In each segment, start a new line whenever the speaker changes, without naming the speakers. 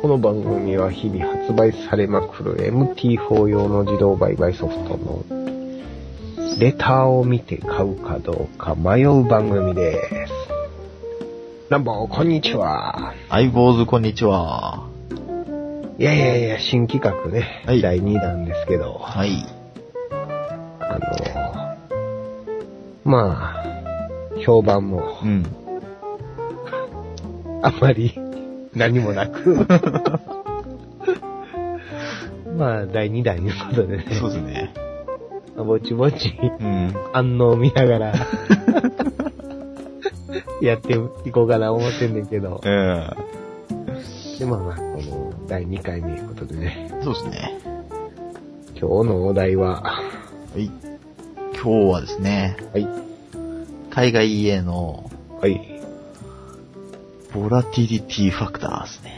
この番組は日々発売されまくる MT4 用の自動売買ソフトのレターを見て買うかどうか迷う番組です。ランボー、こんにちは。
相棒ズ、こんにちは。
いやいやいや、新企画ね。
はい
第2弾ですけど、あ
はい。
の、まあ、評判も
うん。
あまり何もな く。まあ、第2弾いうことでね。
そうですね。
ぼちぼち
うん。
反応を見ながら、やっていこうかな思ってんねんけど。
え
で、まあまあ、この第2回目いうことでね、
えそうですね。
今日のお題は、
はい。今日はですね、
はい、
海外への
はい、
ボラティリティファクターですね。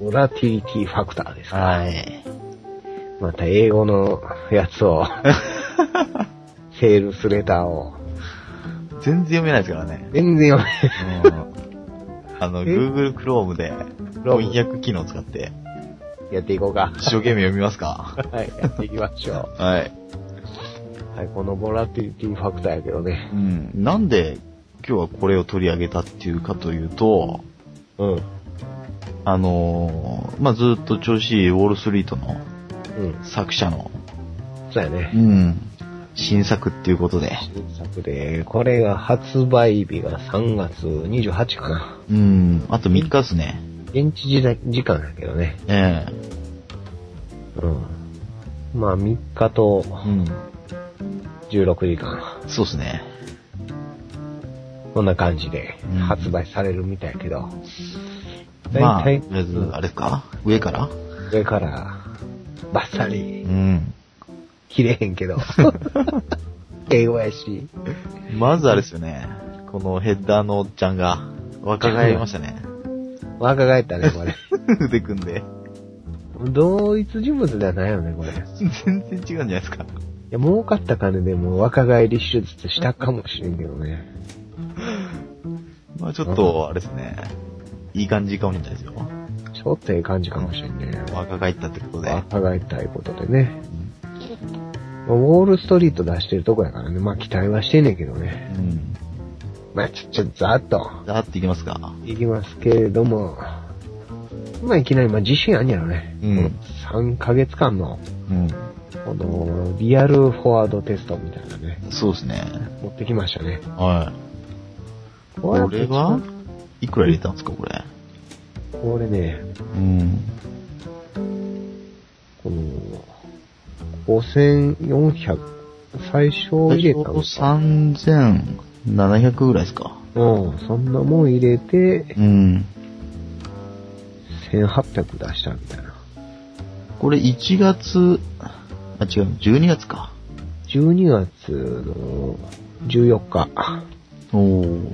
ボラティリティファクターですか。
はい。
また英語のやつを、セールスレターを、
全然読めないですからね。
全然読めない。
うん。あの、Google Chrome で翻訳機能使って
やっていこうか。
一生懸命読みますか
はい、やっていきましょ
はい。
う。はい、このボラティリティファクターやけどね。
うん。なんで今日はこれを取り上げたっていうかというと、
うん、うん、
あのーまあ、ずっと調子いいウォールストリートの作者の、
そうやね。
うん、新作っていうことで、
新作で、これが発売日が3月28かな。
うん、あと3日ですね。
現地時代時間やけどね。
え
うん。まあ3日と
えうん、
16時間。
そうですね。
こんな感じで
うん
発売されるみたいやけど。
まあ、
大
とり
体、
あえず、あれですか上から
上から、バッサ
う
リ、
ん。
切れへんけ ど。英語やし。
まずあれですよね。このヘッダーのおっちゃんが、若返りましたね。
若返ったね、これ。
腕組んで。
同一人物ではないよね、これ。い
全然違うんじゃないですか。
や、儲かった金でも若返り手術したかもしれんけどね。
まあちょっと、あれですね。いい感じかもしれないですよ。
ちょっとええ感じかもしれんね。
若返ったってことで。
若返ったいうことでね。ウォールストリート出してるとこやからね。まあ期待はしてんねんけどね。
うん。
まあちょ、ちょ、ざっと
ざーっていきますか。
いきますけれども。まあいきなり、まあ自信あんやろね。
うん
この3ヶ月間の、
うん。
この、リアルフォワードテストみたいなね。
そうですね。
持ってきましたね。
は
こ
い。これはいくら入れたんですか、これ。
これね、
うん。
この、5400、最小入
最
れ
初
たのか。
3700ぐらいですか。
うん、そんなもん入れて、
うん。
1800出したみたいな。
これ1月、あ、違う、12月か。
12月の14日
おー。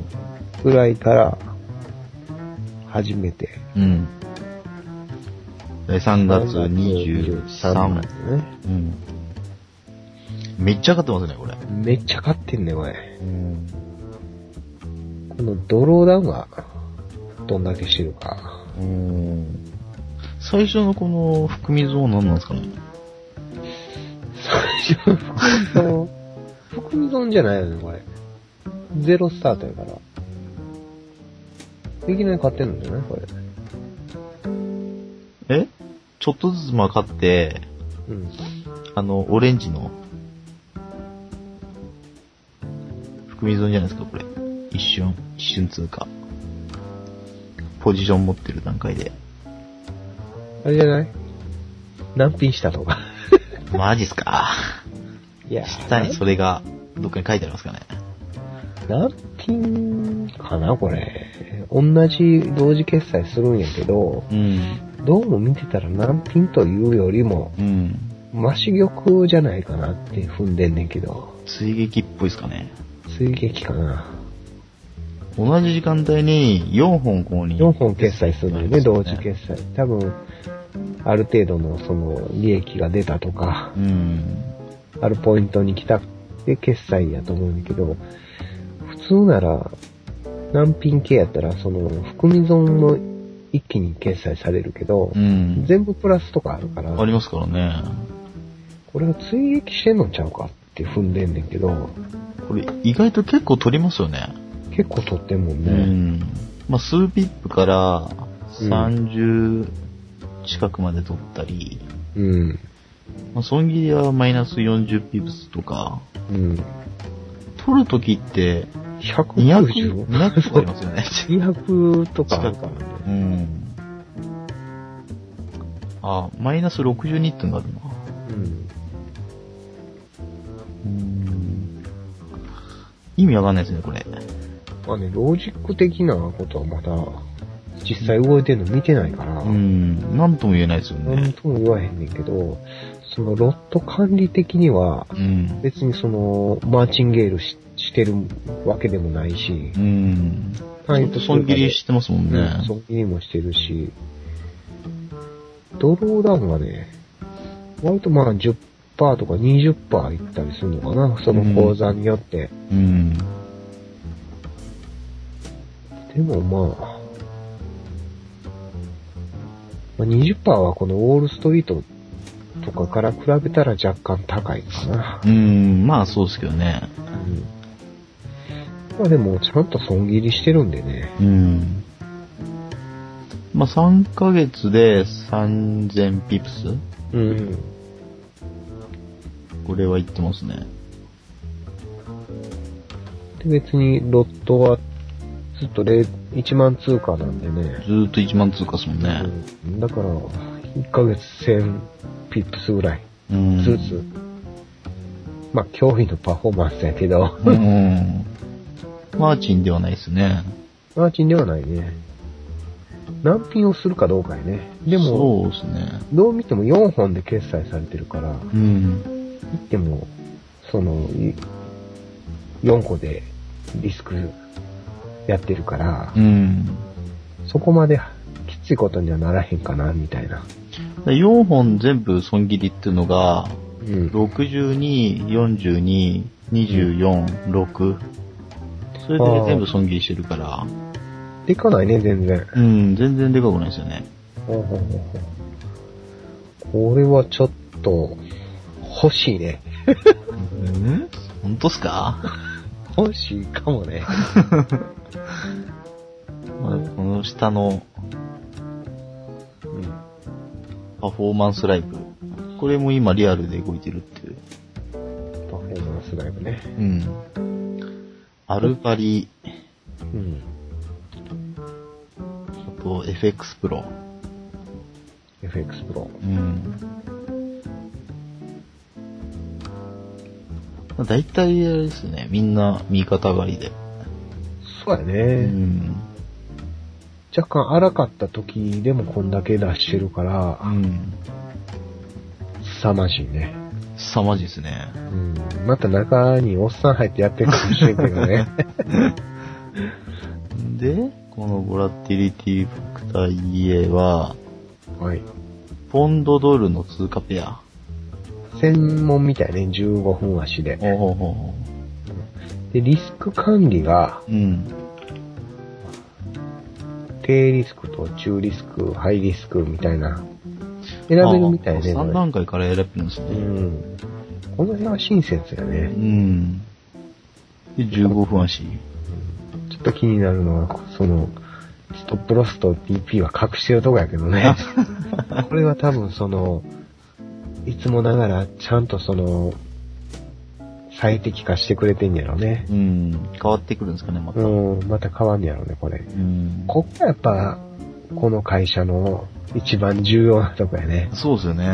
ぐらいから始めて。
うん。で3月
ま
23。
でね。
うん。めっちゃ上がってますね、これ。
めっちゃ買ってんね、これ。
うん。
このドローダウンはどんだけしてるか。
最初のこの含み損何なんですかね
最初の含み損、含み損じゃないよね、これ。ゼロスタートやから。いきなり買ってんのじゃないこれ。
えちょっとずつまあ買って、
うん。
あの、オレンジの、含み損じゃないですか、これ。一瞬、一瞬通過。ポジション持ってる段階で。
あれじゃない難品したとか。
マジっすか。
いや、
下にそれが、どっかに書いてありますかね。
なんていうんかな、これ。同じ同時決済するんやけど、
うん。
どうも見てたら難品というよりも、
うん。
マシ玉じゃないかなって踏んでんねんけど、
追撃っぽいっすかね。
追撃かな。
同じ時間帯に4本ここに。
4本決済するのよね、
そう
同
です
時
ね
決済。多分、ある程度のその利益が出たとか、
うん。
あるポイントに来たで決済やと思うんだけど、普通なら、難品系やったら、その、含み損の一気に掲載されるけど
う、ん。
全部プラスとかあるから、
ありますからね。
これが追撃してんのちゃうかって踏んでんねんけど、
これ意外と結構取りますよね。
結構撮ってんもん
う
ね。
ん。まあ、数ピップから
うん
30近くまで取ったり、
うん。
まあ、損切りはマイナス40ピップスとか、
うん。
取るときって200、
195?
200とかありますよ ね。
200とかあるからね。
うん。あ、マイナス62ってのがあるな。
うん。
うん。意味わかんないですね、これ。
まあね、ロジック的なことはまだ、実際動いてるの見てないから、
うん。なんとも言えないですよ
なん
ね。
とも言わへんねんけど、そのロット管理的には、
うん。
別にその、マーチンゲールししてるわけでもないし
う、ん。
単位
ちょっと損切りしてますもんね。
うん損切りもしてるし、ドローダウンはね、割とまあ10%とか20%いったりするのかな、その口座によって。
うん。
でもまあ、まあ、20%はこのウォールストリートとかから比べたら若干高いかな。
うん。まあ、そうですけどね。
うんまあでも、ちゃんと損切りしてるんでね。
うん。まあ、3ヶ月で3000ピプス
うん。
これは言ってますね。
で別にロットはずっと0 1万通貨なんでね。
ずーっと1万通過ですもんね。
うんだから、1ヶ月1000ピップスぐらい、
うん。
ずつ。まあ、競技のパフォーマンスやけど、
うん。マーチンではないですね。
マーチンではないね。難品をするかどうかやね。でも、
そうですね。
どう見ても4本で決済されてるから、
うん。
行っても、その、い4個でリスクやってるから
う、ん。
そこまできついことにはならへんかな、みたいな。
4本全部損切りっていうのが、
うん。
62、42、24、6。それで全部損切りしてるから、
でかないね、全然。
うん、全然でかくないですよね。
ほうほうほうほうこれはちょっと、欲しいね。
うん本当っすか
欲しいかもね。
まあこの下のパフォーマンスライブ。これも今リアルで動いてるっていう。
パフォーマンスライブね。
うん。アルパリ、
うん。
あと FX プロ。
FX プロ。
うん。まあ、大体あれですね、みんな味方狩りで。
そうやね。
うん。
若干荒かった時でもこんだけ出してるから
う、ん。
凄まじいね。
凄まじいですね。
うん。また中におっさん入ってやってるかもしれんけど ね。
で、このボラティリティファクター EA は、
はい。
ポンドドルの通貨ペア。
専門みたいね、15分足で。
おほほほ。
で、リスク管理が、
うん。
低リスクと中リスク、ハイリスクみたいな、選べるみたいね。
3
こ
段階から選べるんです
れう
ね。
ん。この辺は親切や
う
ね。
ん。で、15分足。
ちょっと気になるのは、その、ストップロスと DP は隠してるとこやけどね。これは多分その、いつもながらちゃんとその、最適化してくれてんやろね。
うん。変わってくるんですかね、また。うん。
うん、また変わんねやろね、これ。ここがやっぱ、この会社の一番重要なとこやね。
そうですよね。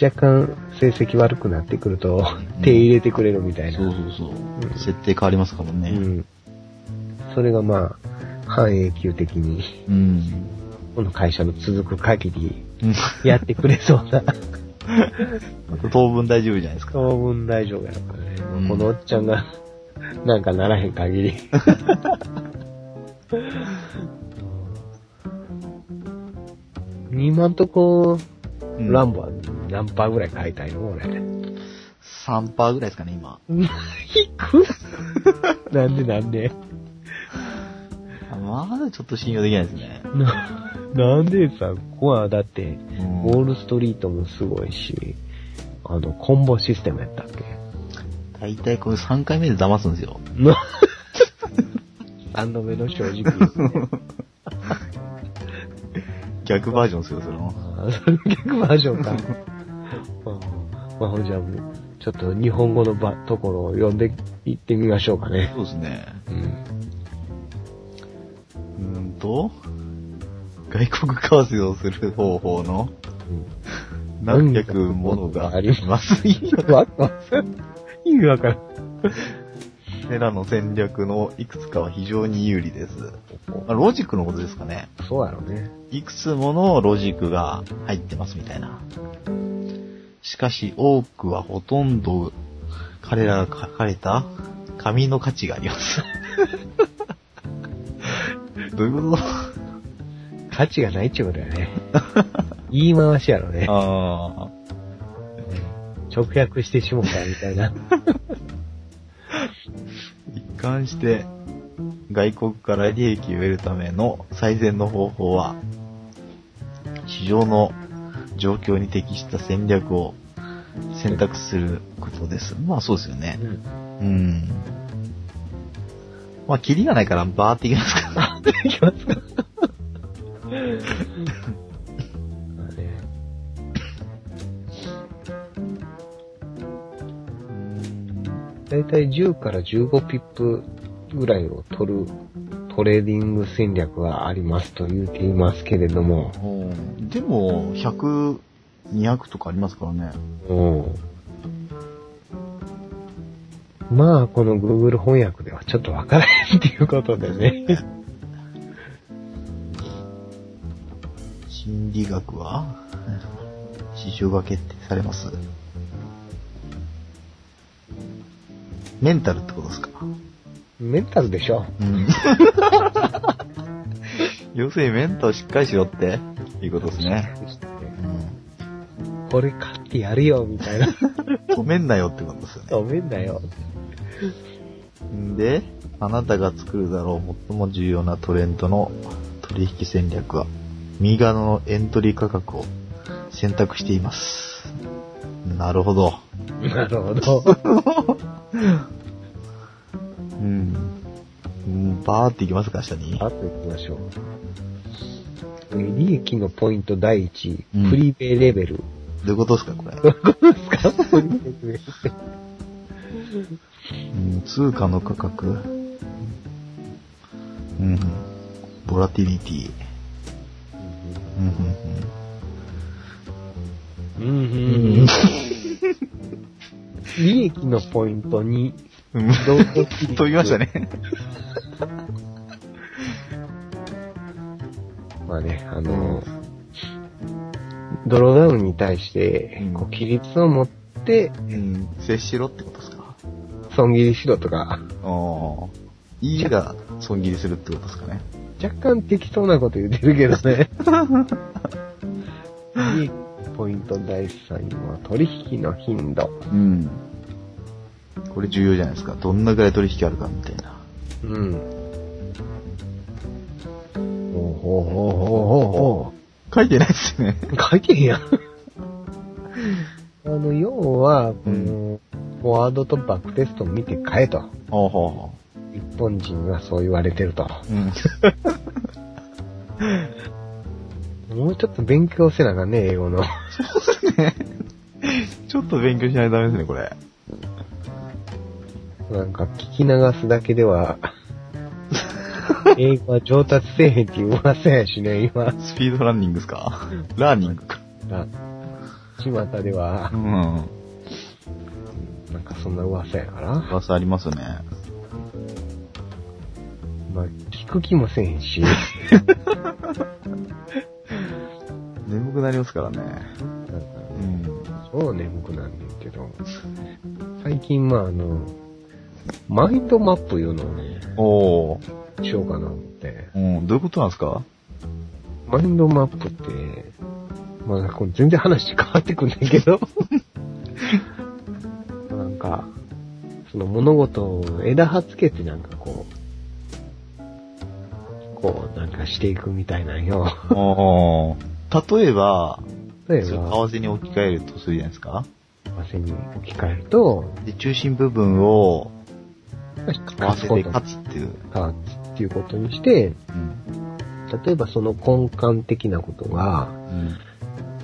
若干成績悪くなってくると、
うん
手入れてくれるみたいな。
そうそうそう。設定変わりますから
う
ね。
ん。それがまあ、半永久的に、
うん。
この会社の続く限り、
うん。
やってくれそう な、
あと当分大丈夫じゃないですか。
当分大丈夫やろからね。
うん
このおっちゃんが、なんかならへん限 り。今んとこ、
うん
ランボは何パーぐらい買いたいの俺。
3%ぐらいですかね、今。
なんでなんで
まだちょっと信用できないですね。
ななんでさ、ここはだって、ウォー
も
ルストリートもすごいし、あの、コンボシステムやったっけ
う、大体これ3回目で騙すんですよ。
?3 度目の正直ですね。
逆バージョンですよ、それも。
あーそれ逆バージョンか。うんまあ、ほんじゃあもう、ちょっと日本語のばところを読んでいってみましょうかね。
そうですね。
うん。
うーんと、外国為替をする方法の何百ものがあります。
わかんない意味わからん。
それらの戦略のいくつかは非常に有利です。まあロジックのことですかね。
そうやろね。
いくつものロジックが入ってますみたいな。しかし多くはほとんど彼らが書かれた紙の価値があります。どういうこ
価値がないっちゅうことやね。言い回しやろね
と。ああ。
直訳してしもたみたい な。
一貫して外国から利益を得るための最善の方法は市場の状況に適した戦略を選択することです。まあそうですよね。うん。まあ、キリがないからバーっていきますから。
いきますか。まあねだいたい10から15ピップぐらいを取るトレーディング戦略がありますと言うていますけれども、
うんでも、100、200とかありますからね。
うんまあ、この Google 翻訳ではちょっとわからへんっていうことでね。
心理学は市場が決定されます。メンタルってことですか
メンタルでしょ。
うん。 要するにメンタルしっかりしろって、いうことですね。うん。
これ買ってやるよ、みたいな。
止めんなよってことですよね。
ごめんだよ。
で、あなたが作るだろう最も重要なトレンドの取引戦略は、右側のエントリー価格を選択しています。なるほど。
なるほど。
うん。うんバーっていきますか、下に。
あと行きましょう。えー利益のポイント第一位、
うん
プリペイレベル。
どういうことですか、これ。 うん、通貨の価格。うん。ボラティリティ。うんうんうん
うんうん。利益のポイント2、
うん
同居比率
飛びました。ね。
まあね、あの、ドローダウンに対して
うん、
こう、規律を持って、
うん、接しろってことですか。
損切りしろとか、
ああ。いいが損切りするってことですかね。
若干適当なこと言ってるけど ね。利益のポイント第3位は、取引の頻度。
うん。これ重要じゃないですか。どんなぐらい取引あるかみたいな。
うん。ほうほうほうほうほ
書いてないですね。
うほう。書いてへんやん。 あの、要は、この、フォワードとバックテストを見て買えと。
ああ、ほ
日本人はそう言われてると。
ううん。
もうちょっと勉強せなあかんね、英語の。
ちょっと勉強しないとダメですね、これ。
なんか聞き流すだけで は、英語は上達せえへんって言わせやしね、今。
スピードランニングですかラーニングか。
あ巷では
う、ん。
なんかそんな噂やから。
噂ありますよね。
まあ、聞く気もせえへん し。
眠くなりますからね。
なんか
うん。
超眠くなんねんけど、最近、まああの、マインドマップいうのをね、
おお。
しようかな思って。
うん、どういうことなんですか
マインドマップって、まあなんかこれ全然話変わってくんねんけど、 なんか、その物事を枝葉つけてなんかこう、ここう、なんかしていくみたいなんよ。
おー例えば、
例え
それ為
ば、
替に置き換えるとするじゃないですか。
汗に置き換えると、
で、中心部分を為
勝つ
替
こ
で
と
勝つっていう。
かっていうことにして、
うん。
例えばその根幹的なことが、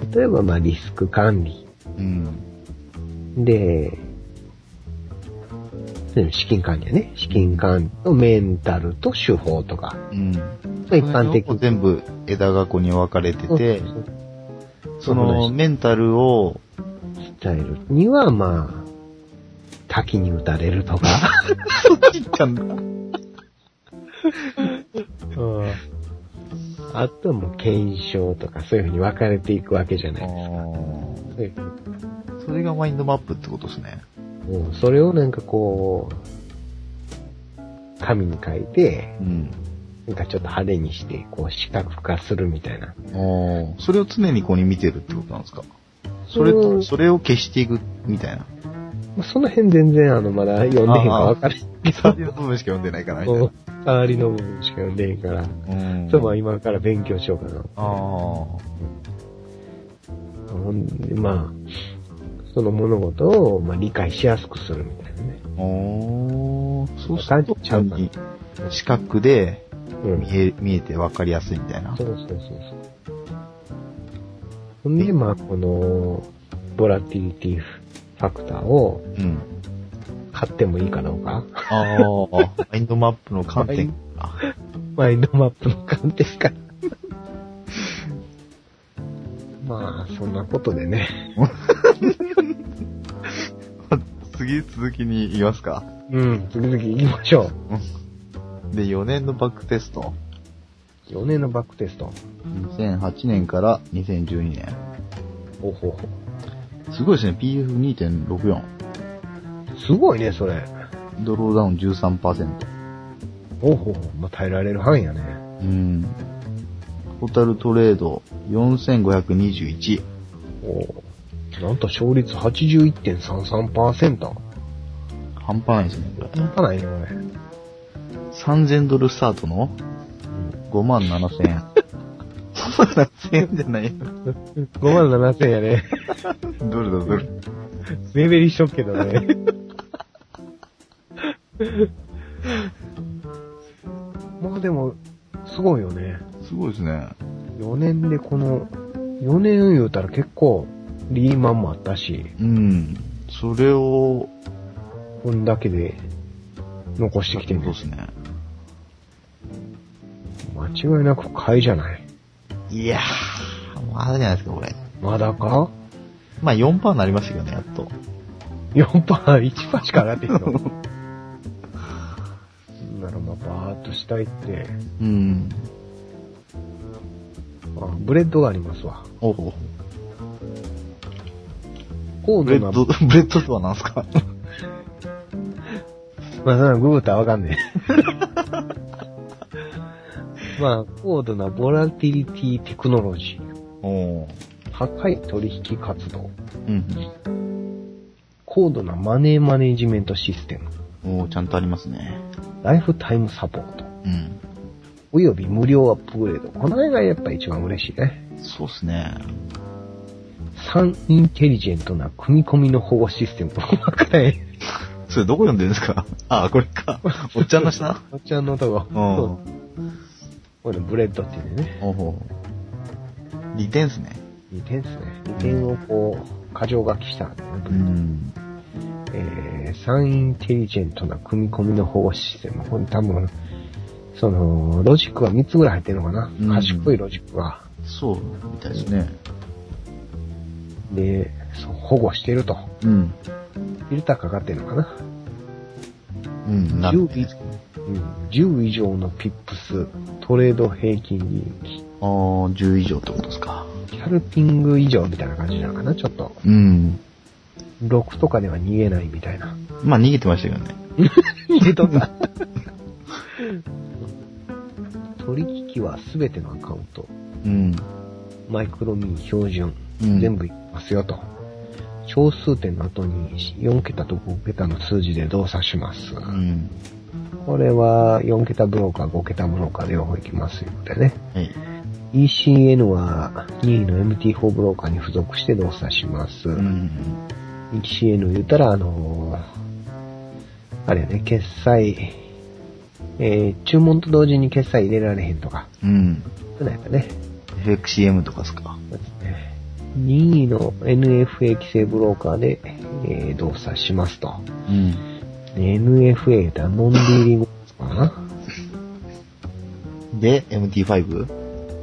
うん。
例えばまあリスク管理
うん。
で、資金管理やね。資金管理のメンタルと手法とか。
うん。
まあ一般的
それを全部枝がこに分かれてて、そのメンタルを、
スタイルには、まあ、滝に打たれるとか。
そっち行ったんだ。
あとはもう検証とか、そういうふうに分かれていくわけじゃないですか。そういう
それがマインドマップってことですね。
うんそれをなんかこう、紙に書いて、
うん。
なんかちょっと派手にして、こう視覚化するみたいな。
おーそれを常にここに見てるってことなんですかそれ
う
と、
ん
それを消していくみたいな。
まあその辺全然あの、まだ読んでへんから分からへん けど
サ。ビの部分しか読んでないからみたい
も
な
う、周りの部分しか読んでへんから、
うん
そう、まあ今から勉強しようかな。
ああ。
ほんで、まあ、その物事を、まあ、理解しやすくするみたいなね。
おーそうす
感
る
じ
と、
ちゃうかな
単に視覚で
うん。
見え見えて分かりやすいみたいな
そ。うそうそうそう。ほんで、まあ、この、ボラティリティファクターを
うん。
買ってもいいかどうか、
あ あ、マインドマップの観点か。
マインドマップの観点から。 まあ、そんなことでね。
次、続きに言いますか。
うん、次々行きましょ
で、4年のバックテスト。
う。4年のバックテスト。
2008年から2012年。
ほうほうほう。
すごいですね。PF2.64。
すごいね、それ。
ドローダウン13%。
おほほ、まあ、耐えられる範囲やね。
うん。トータルトレード4521。
おなんと勝率81.33%。
半端ないですね、これ。
半端ないね、これ。
3000ドルスタートの5万7000円。5万7000円じゃないよ。
5万7000やね。
ドルだ、ドル。
目減りしとくけど ね。まあでも、すごいよね。
すごいですね。
4年でこの、4年言うたら結構、リーマンもあったし、
うん。それを、
こんだけで残してきて
そう
る
で。すね。
間違いなく買いじゃない。
いやー、まだじゃないですか、これ。
まだか
まあ4%になりましたけどね、やっと。
4パー、1パーしかなってんの。ならまあ、バーっとしたいって、
うん。
あ、ブレッドがありますわ。
おお。
高
ブレ
度
ッ
な、
ド、ブレッドとは何すか
まあ、そんなグータわかんね え。まあ、高度なボラティリティテクノロジー、
おお。
高い取引活動、
うん。
高度なマネーマネジメントシステム、
おお、ちゃんとありますね。
ライフタイムサポート、
うん。
および無料アップグレード。この辺がやっぱ一番嬉しいね。
そうっすね。
3インテリジェントな組み込みの保護システム。細かい。
それどこ読んでるんですか あ、これか。おっちゃんの下
おっちゃんのとこ。
うん。
そ
お
うこれブレッドっていうね。
お。利点っすね。
2点ですね。2点をこう、過剰書きした、ね。
ん。
えー、3インテリジェントな組み込みの保護システム。これ多分、その、ロジックが3つぐらい入ってるのかな。
うん
賢いロジックが。
そう、みたいですね。
で、そう保護してると。
うん。
フィルターかかってるのかな。
うん、なる
10うん、10以上のピップス、トレード平均利益。
あー、10以上ってことですか。
キャルピング以上みたいな感じなのかな、ちょっと。
うん。
6とかでは逃げないみたいな。
まあ、逃げてましたけ どね。
逃げとった。取引はすべてのアカウント、
うん。
マイクロミン標準、
うん
全部いきますよと。小数点の後に4桁と5桁の数字で動作します。
うん。
これは4桁ブローカー、5桁ブローカー両方いきますのでね。
はい。
ECN は2位の MT4 ブローカーに付属して動作します。
うん。
ECN を言ったら、あのーあれよね、決済、えー、注文と同時に決済入れられへんとか、
うん。
そうなんやったね。
FXCM とかっすか。
そうですね2位の NFA 規制ブローカーで、えー動作しますと。
うん。
NFA だ、ノンディーリングかな。
で、MT5?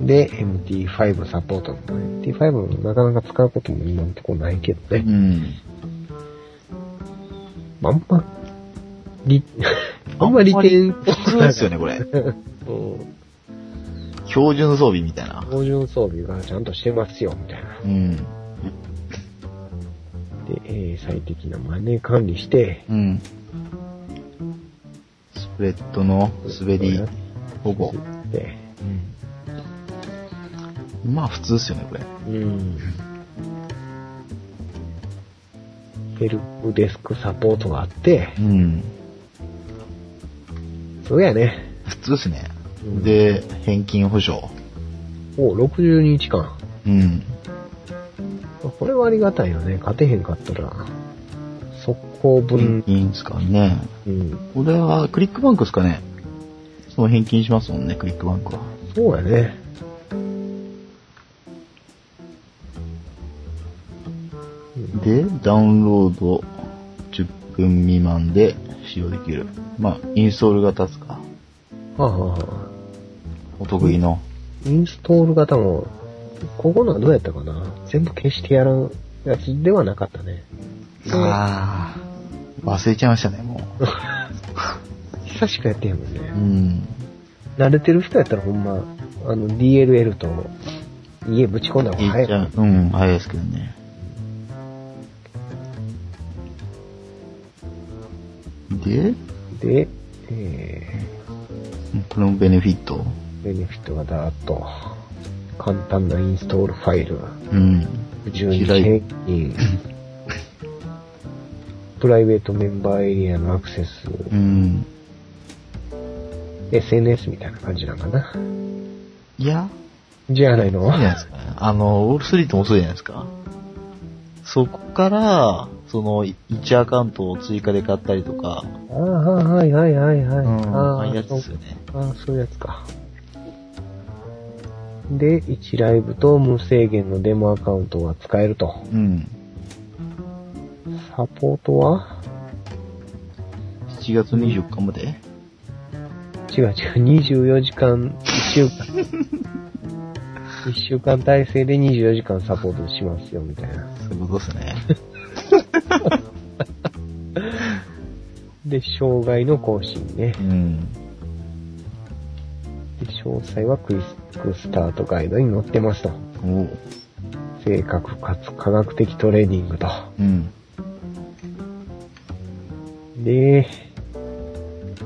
で、MT5 サポート。MT5 もなかなか使うことも今のところないけどね。
ん。
あんまり、 あんまり点、
普通ですよね、これ。
うん
標準装備みたいな。
標準装備がちゃんとしてますよ、みたいな。
うん。
で、えー最適なマネー管理して、
うん。スプレッドの滑り保護。
で、
うん。まあ普通ですよね、これ。
うん。ヘルプデスクサポートがあって、
うん。
そうやね。
普通ですね
うん。
で、返金保証。
おう、60日間。
うん。
これはありがたいよね。勝てへんかったら、速攻
返
分、
金ですかね。
うん。
これはクリックバンクですかね。その返金しますもんね、クリックバンクは。
そうやね。
で、ダウンロード10分未満で使用できる。まあ、インストール型ですか。
はあ、はあはあ、
お得意の。
インストール型も、ここのはどうやったかな全部消してやるやつではなかったね。
ああ。忘れちゃいましたね、もう。
久しくやってへんもんね。
うん。
慣れてる人やったらほんま、あの、DLL と家ぶち込んだ方が
い
早
っちゃ
い。
う。うん、早いですけどね。で、
で、え
これもベネフィット。
ー、ベネフィットがだーっと、簡単なインストールファイル、
うん。
12
開い
平 均、プライベートメンバーエリアのアクセス、
うん。
SNS みたいな感じなんかな。
いや、
じゃないの
そうじゃないですかね。あの、ウォールストリートもそうじゃないですか。そこから、その、1アカウントを追加で買ったりとか、
ああ、はいはいはいはい。
うん、あ
あ
あいうや
あ、
つ
そ
で
う
すよね。
ああ、そういうやつか。で、1ライブと無制限のデモアカウントが使えると。
うん。
サポートは
7月24日まで。
違う違う、24時間、1週間。1週 間体制で24時間サポートしますよ、みたいな。
そういうことですね。
で、障害の更新ね。
うん。
で詳細はクイックスタートガイドに載ってますと。
おう
正確かつ科学的トレーニングと。
うん。
で、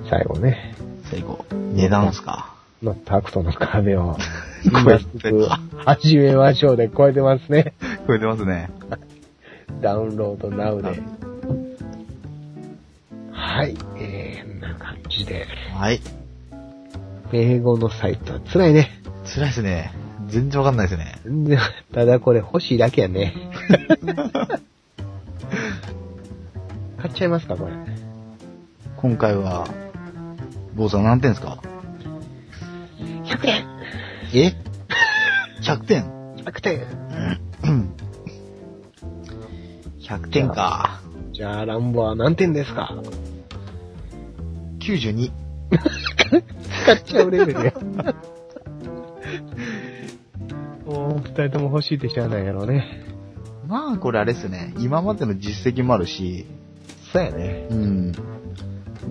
最後ね、
最後。値段ですか。
まタクトの壁を
超えて
今
た
すぐ始めましょうで超えてますね。
超えてますね。
ダウンロードナウで。はい、えー、こんな感じで。
はい。
英語のサイトは辛いね。
辛いですね。全然わかんないですね。
でただこれ欲しいだけやね。 買っちゃいますか、これ。
今回は、坊さん何点ですか
100点
え ?100 点
!100 点
?100 点か。
じゃあ、ランボは何点ですか
92。
買っちゃうレベルや。 もう、二人とも欲しいって知らないやろうね。
まあ、これあれですね。今までの実績もあるし、
そうやね。
うん。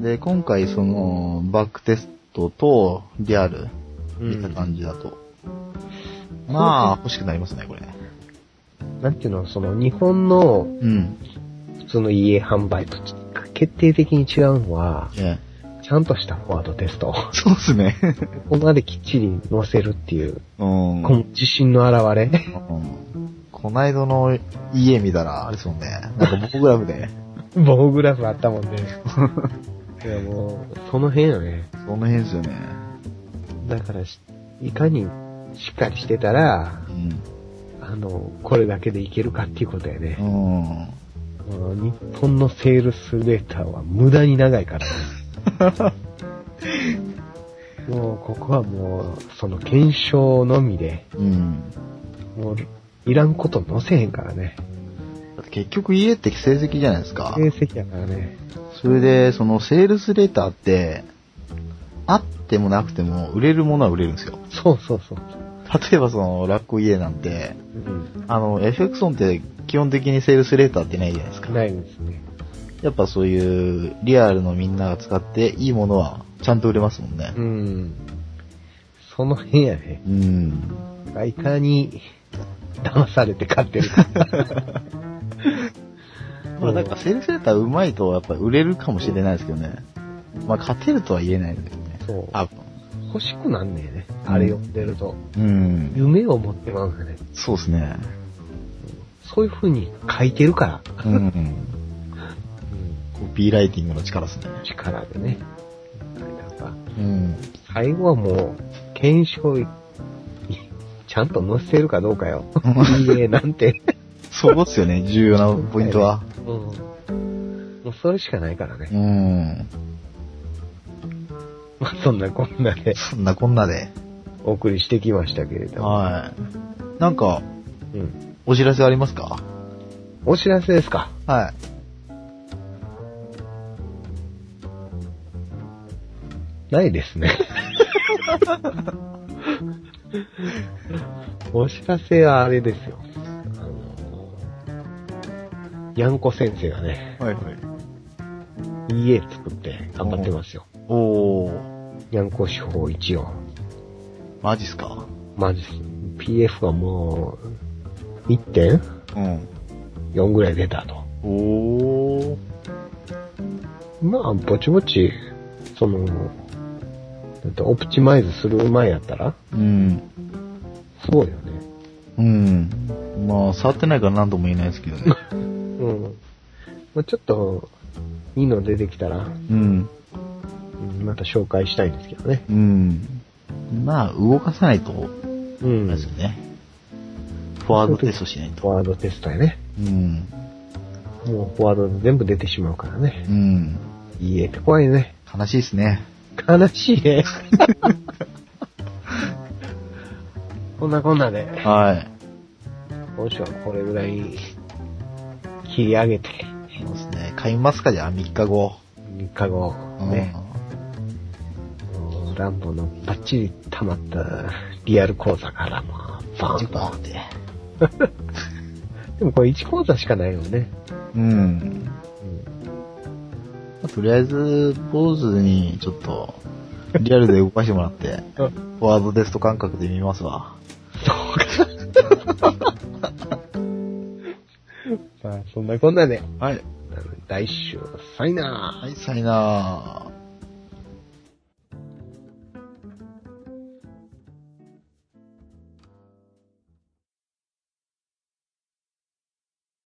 で、今回、その、バックテストと、リアル、見た感じだと。まあ、欲しくなりますね、これ。
なんていうの、その、日本の
うん。
普通の家販売と決定的に違うのは、
ええ。
ちゃんとしたフォワードテスト。
そうですね。
ここまできっちり載せるっていう、
うん。
この自信の表れ。
うんこないだの家見たら、あれですもんね。なんか僕グラフで。
棒グラフあったもんね。いやもう、その辺よね。
その辺ですよね。
だからし、いかにしっかりしてたら、
うん。
あの、これだけでいけるかっていうことやね。
うん。
もう日本のセールスレターは無駄に長いから。 もう、ここはもう、その検証のみで、
うん。
もう、いらんこと載せへんからね。
だって結局家って成績じゃないですか。
成績やからね。
それで、そのセールスレターって、あってもなくても売れるものは売れるんですよ。
そうそうそう。
例えばその、ラッコ家なんて、
うん。
あの、エフェクソンって基本的にセールスレーターってないじゃないですか。
ないですね。
やっぱそういうリアルのみんなが使っていいものはちゃんと売れますもんね
う。ん。その辺やね。
うん。
いかに、騙されて買って るか。
まあなんかセールスレーターうまいとやっぱ売れるかもしれないですけどね。まあ勝てるとは言えないですけどね。
そう。
あ、
欲しくなんねえね。あれ読んでると。
うん。
夢を持ってまうんだね。
そうですね。
そういう風に書いてるから。
うん。 コピーライティングの力ですね。
力でね。なんか、
うん。
最後はもう、検証い、ちゃんと載せてるかどうかよ。いいえ、なんて。
そうですよね、重要なポイントは。
うん。もうそれしかないからね。
うん。
まあそんなこんなで
そんなこんなで。
お送りしてきましたけれども。
はい。なんか、
うん。
お知らせありますか
お知らせですか。
はい。
ないです ね。お知らせはあれですよ。あの、ヤンコ先生がね、
はいはい。
いい家作って頑張ってますよ。
おー、
ヤンコ手法一応。
マジっすか
マジっす。PF はもう、1.4
うん。
ぐらい出たと。
おー、
まあ、ぼちぼち、その、だってオプチマイズする前やったら、
うん。
そうよね。
うん。まあ、触ってないから何とも言えないですけど ね。
うん。まあ、ちょっと、いいの出てきたら、
う
う
ん。
んまた紹介したいんですけどね。
うん。まあ、動かさないと、
う
あ
ん
れですよね。フォワードテストしない
フォ
と。
ワードテストやね。
うん。
もうフォワードで全部出てしまうからね。
うん。
いいえって怖いね。
悲しいですね。
悲しいね。 こんなこんなで、
はい。
今週はこれぐらいに切り上げて、
そうですね。買いますかじゃあ、3日後。
3日後、ね、もう乱暴のバッチリ溜まったリアル講座からもう、
うん。
バ
ジ
ン
ュバーって。
でもこれ1講座しかないよね。
うん。
うん
まあとりあえず、坊主にちょっと、リアルで動かしてもら って、
そう
フォワードテスト感覚で見ますわ。
か。まあ、そんなこんなで、
はい。
来週、さいなら
はい、さよなら。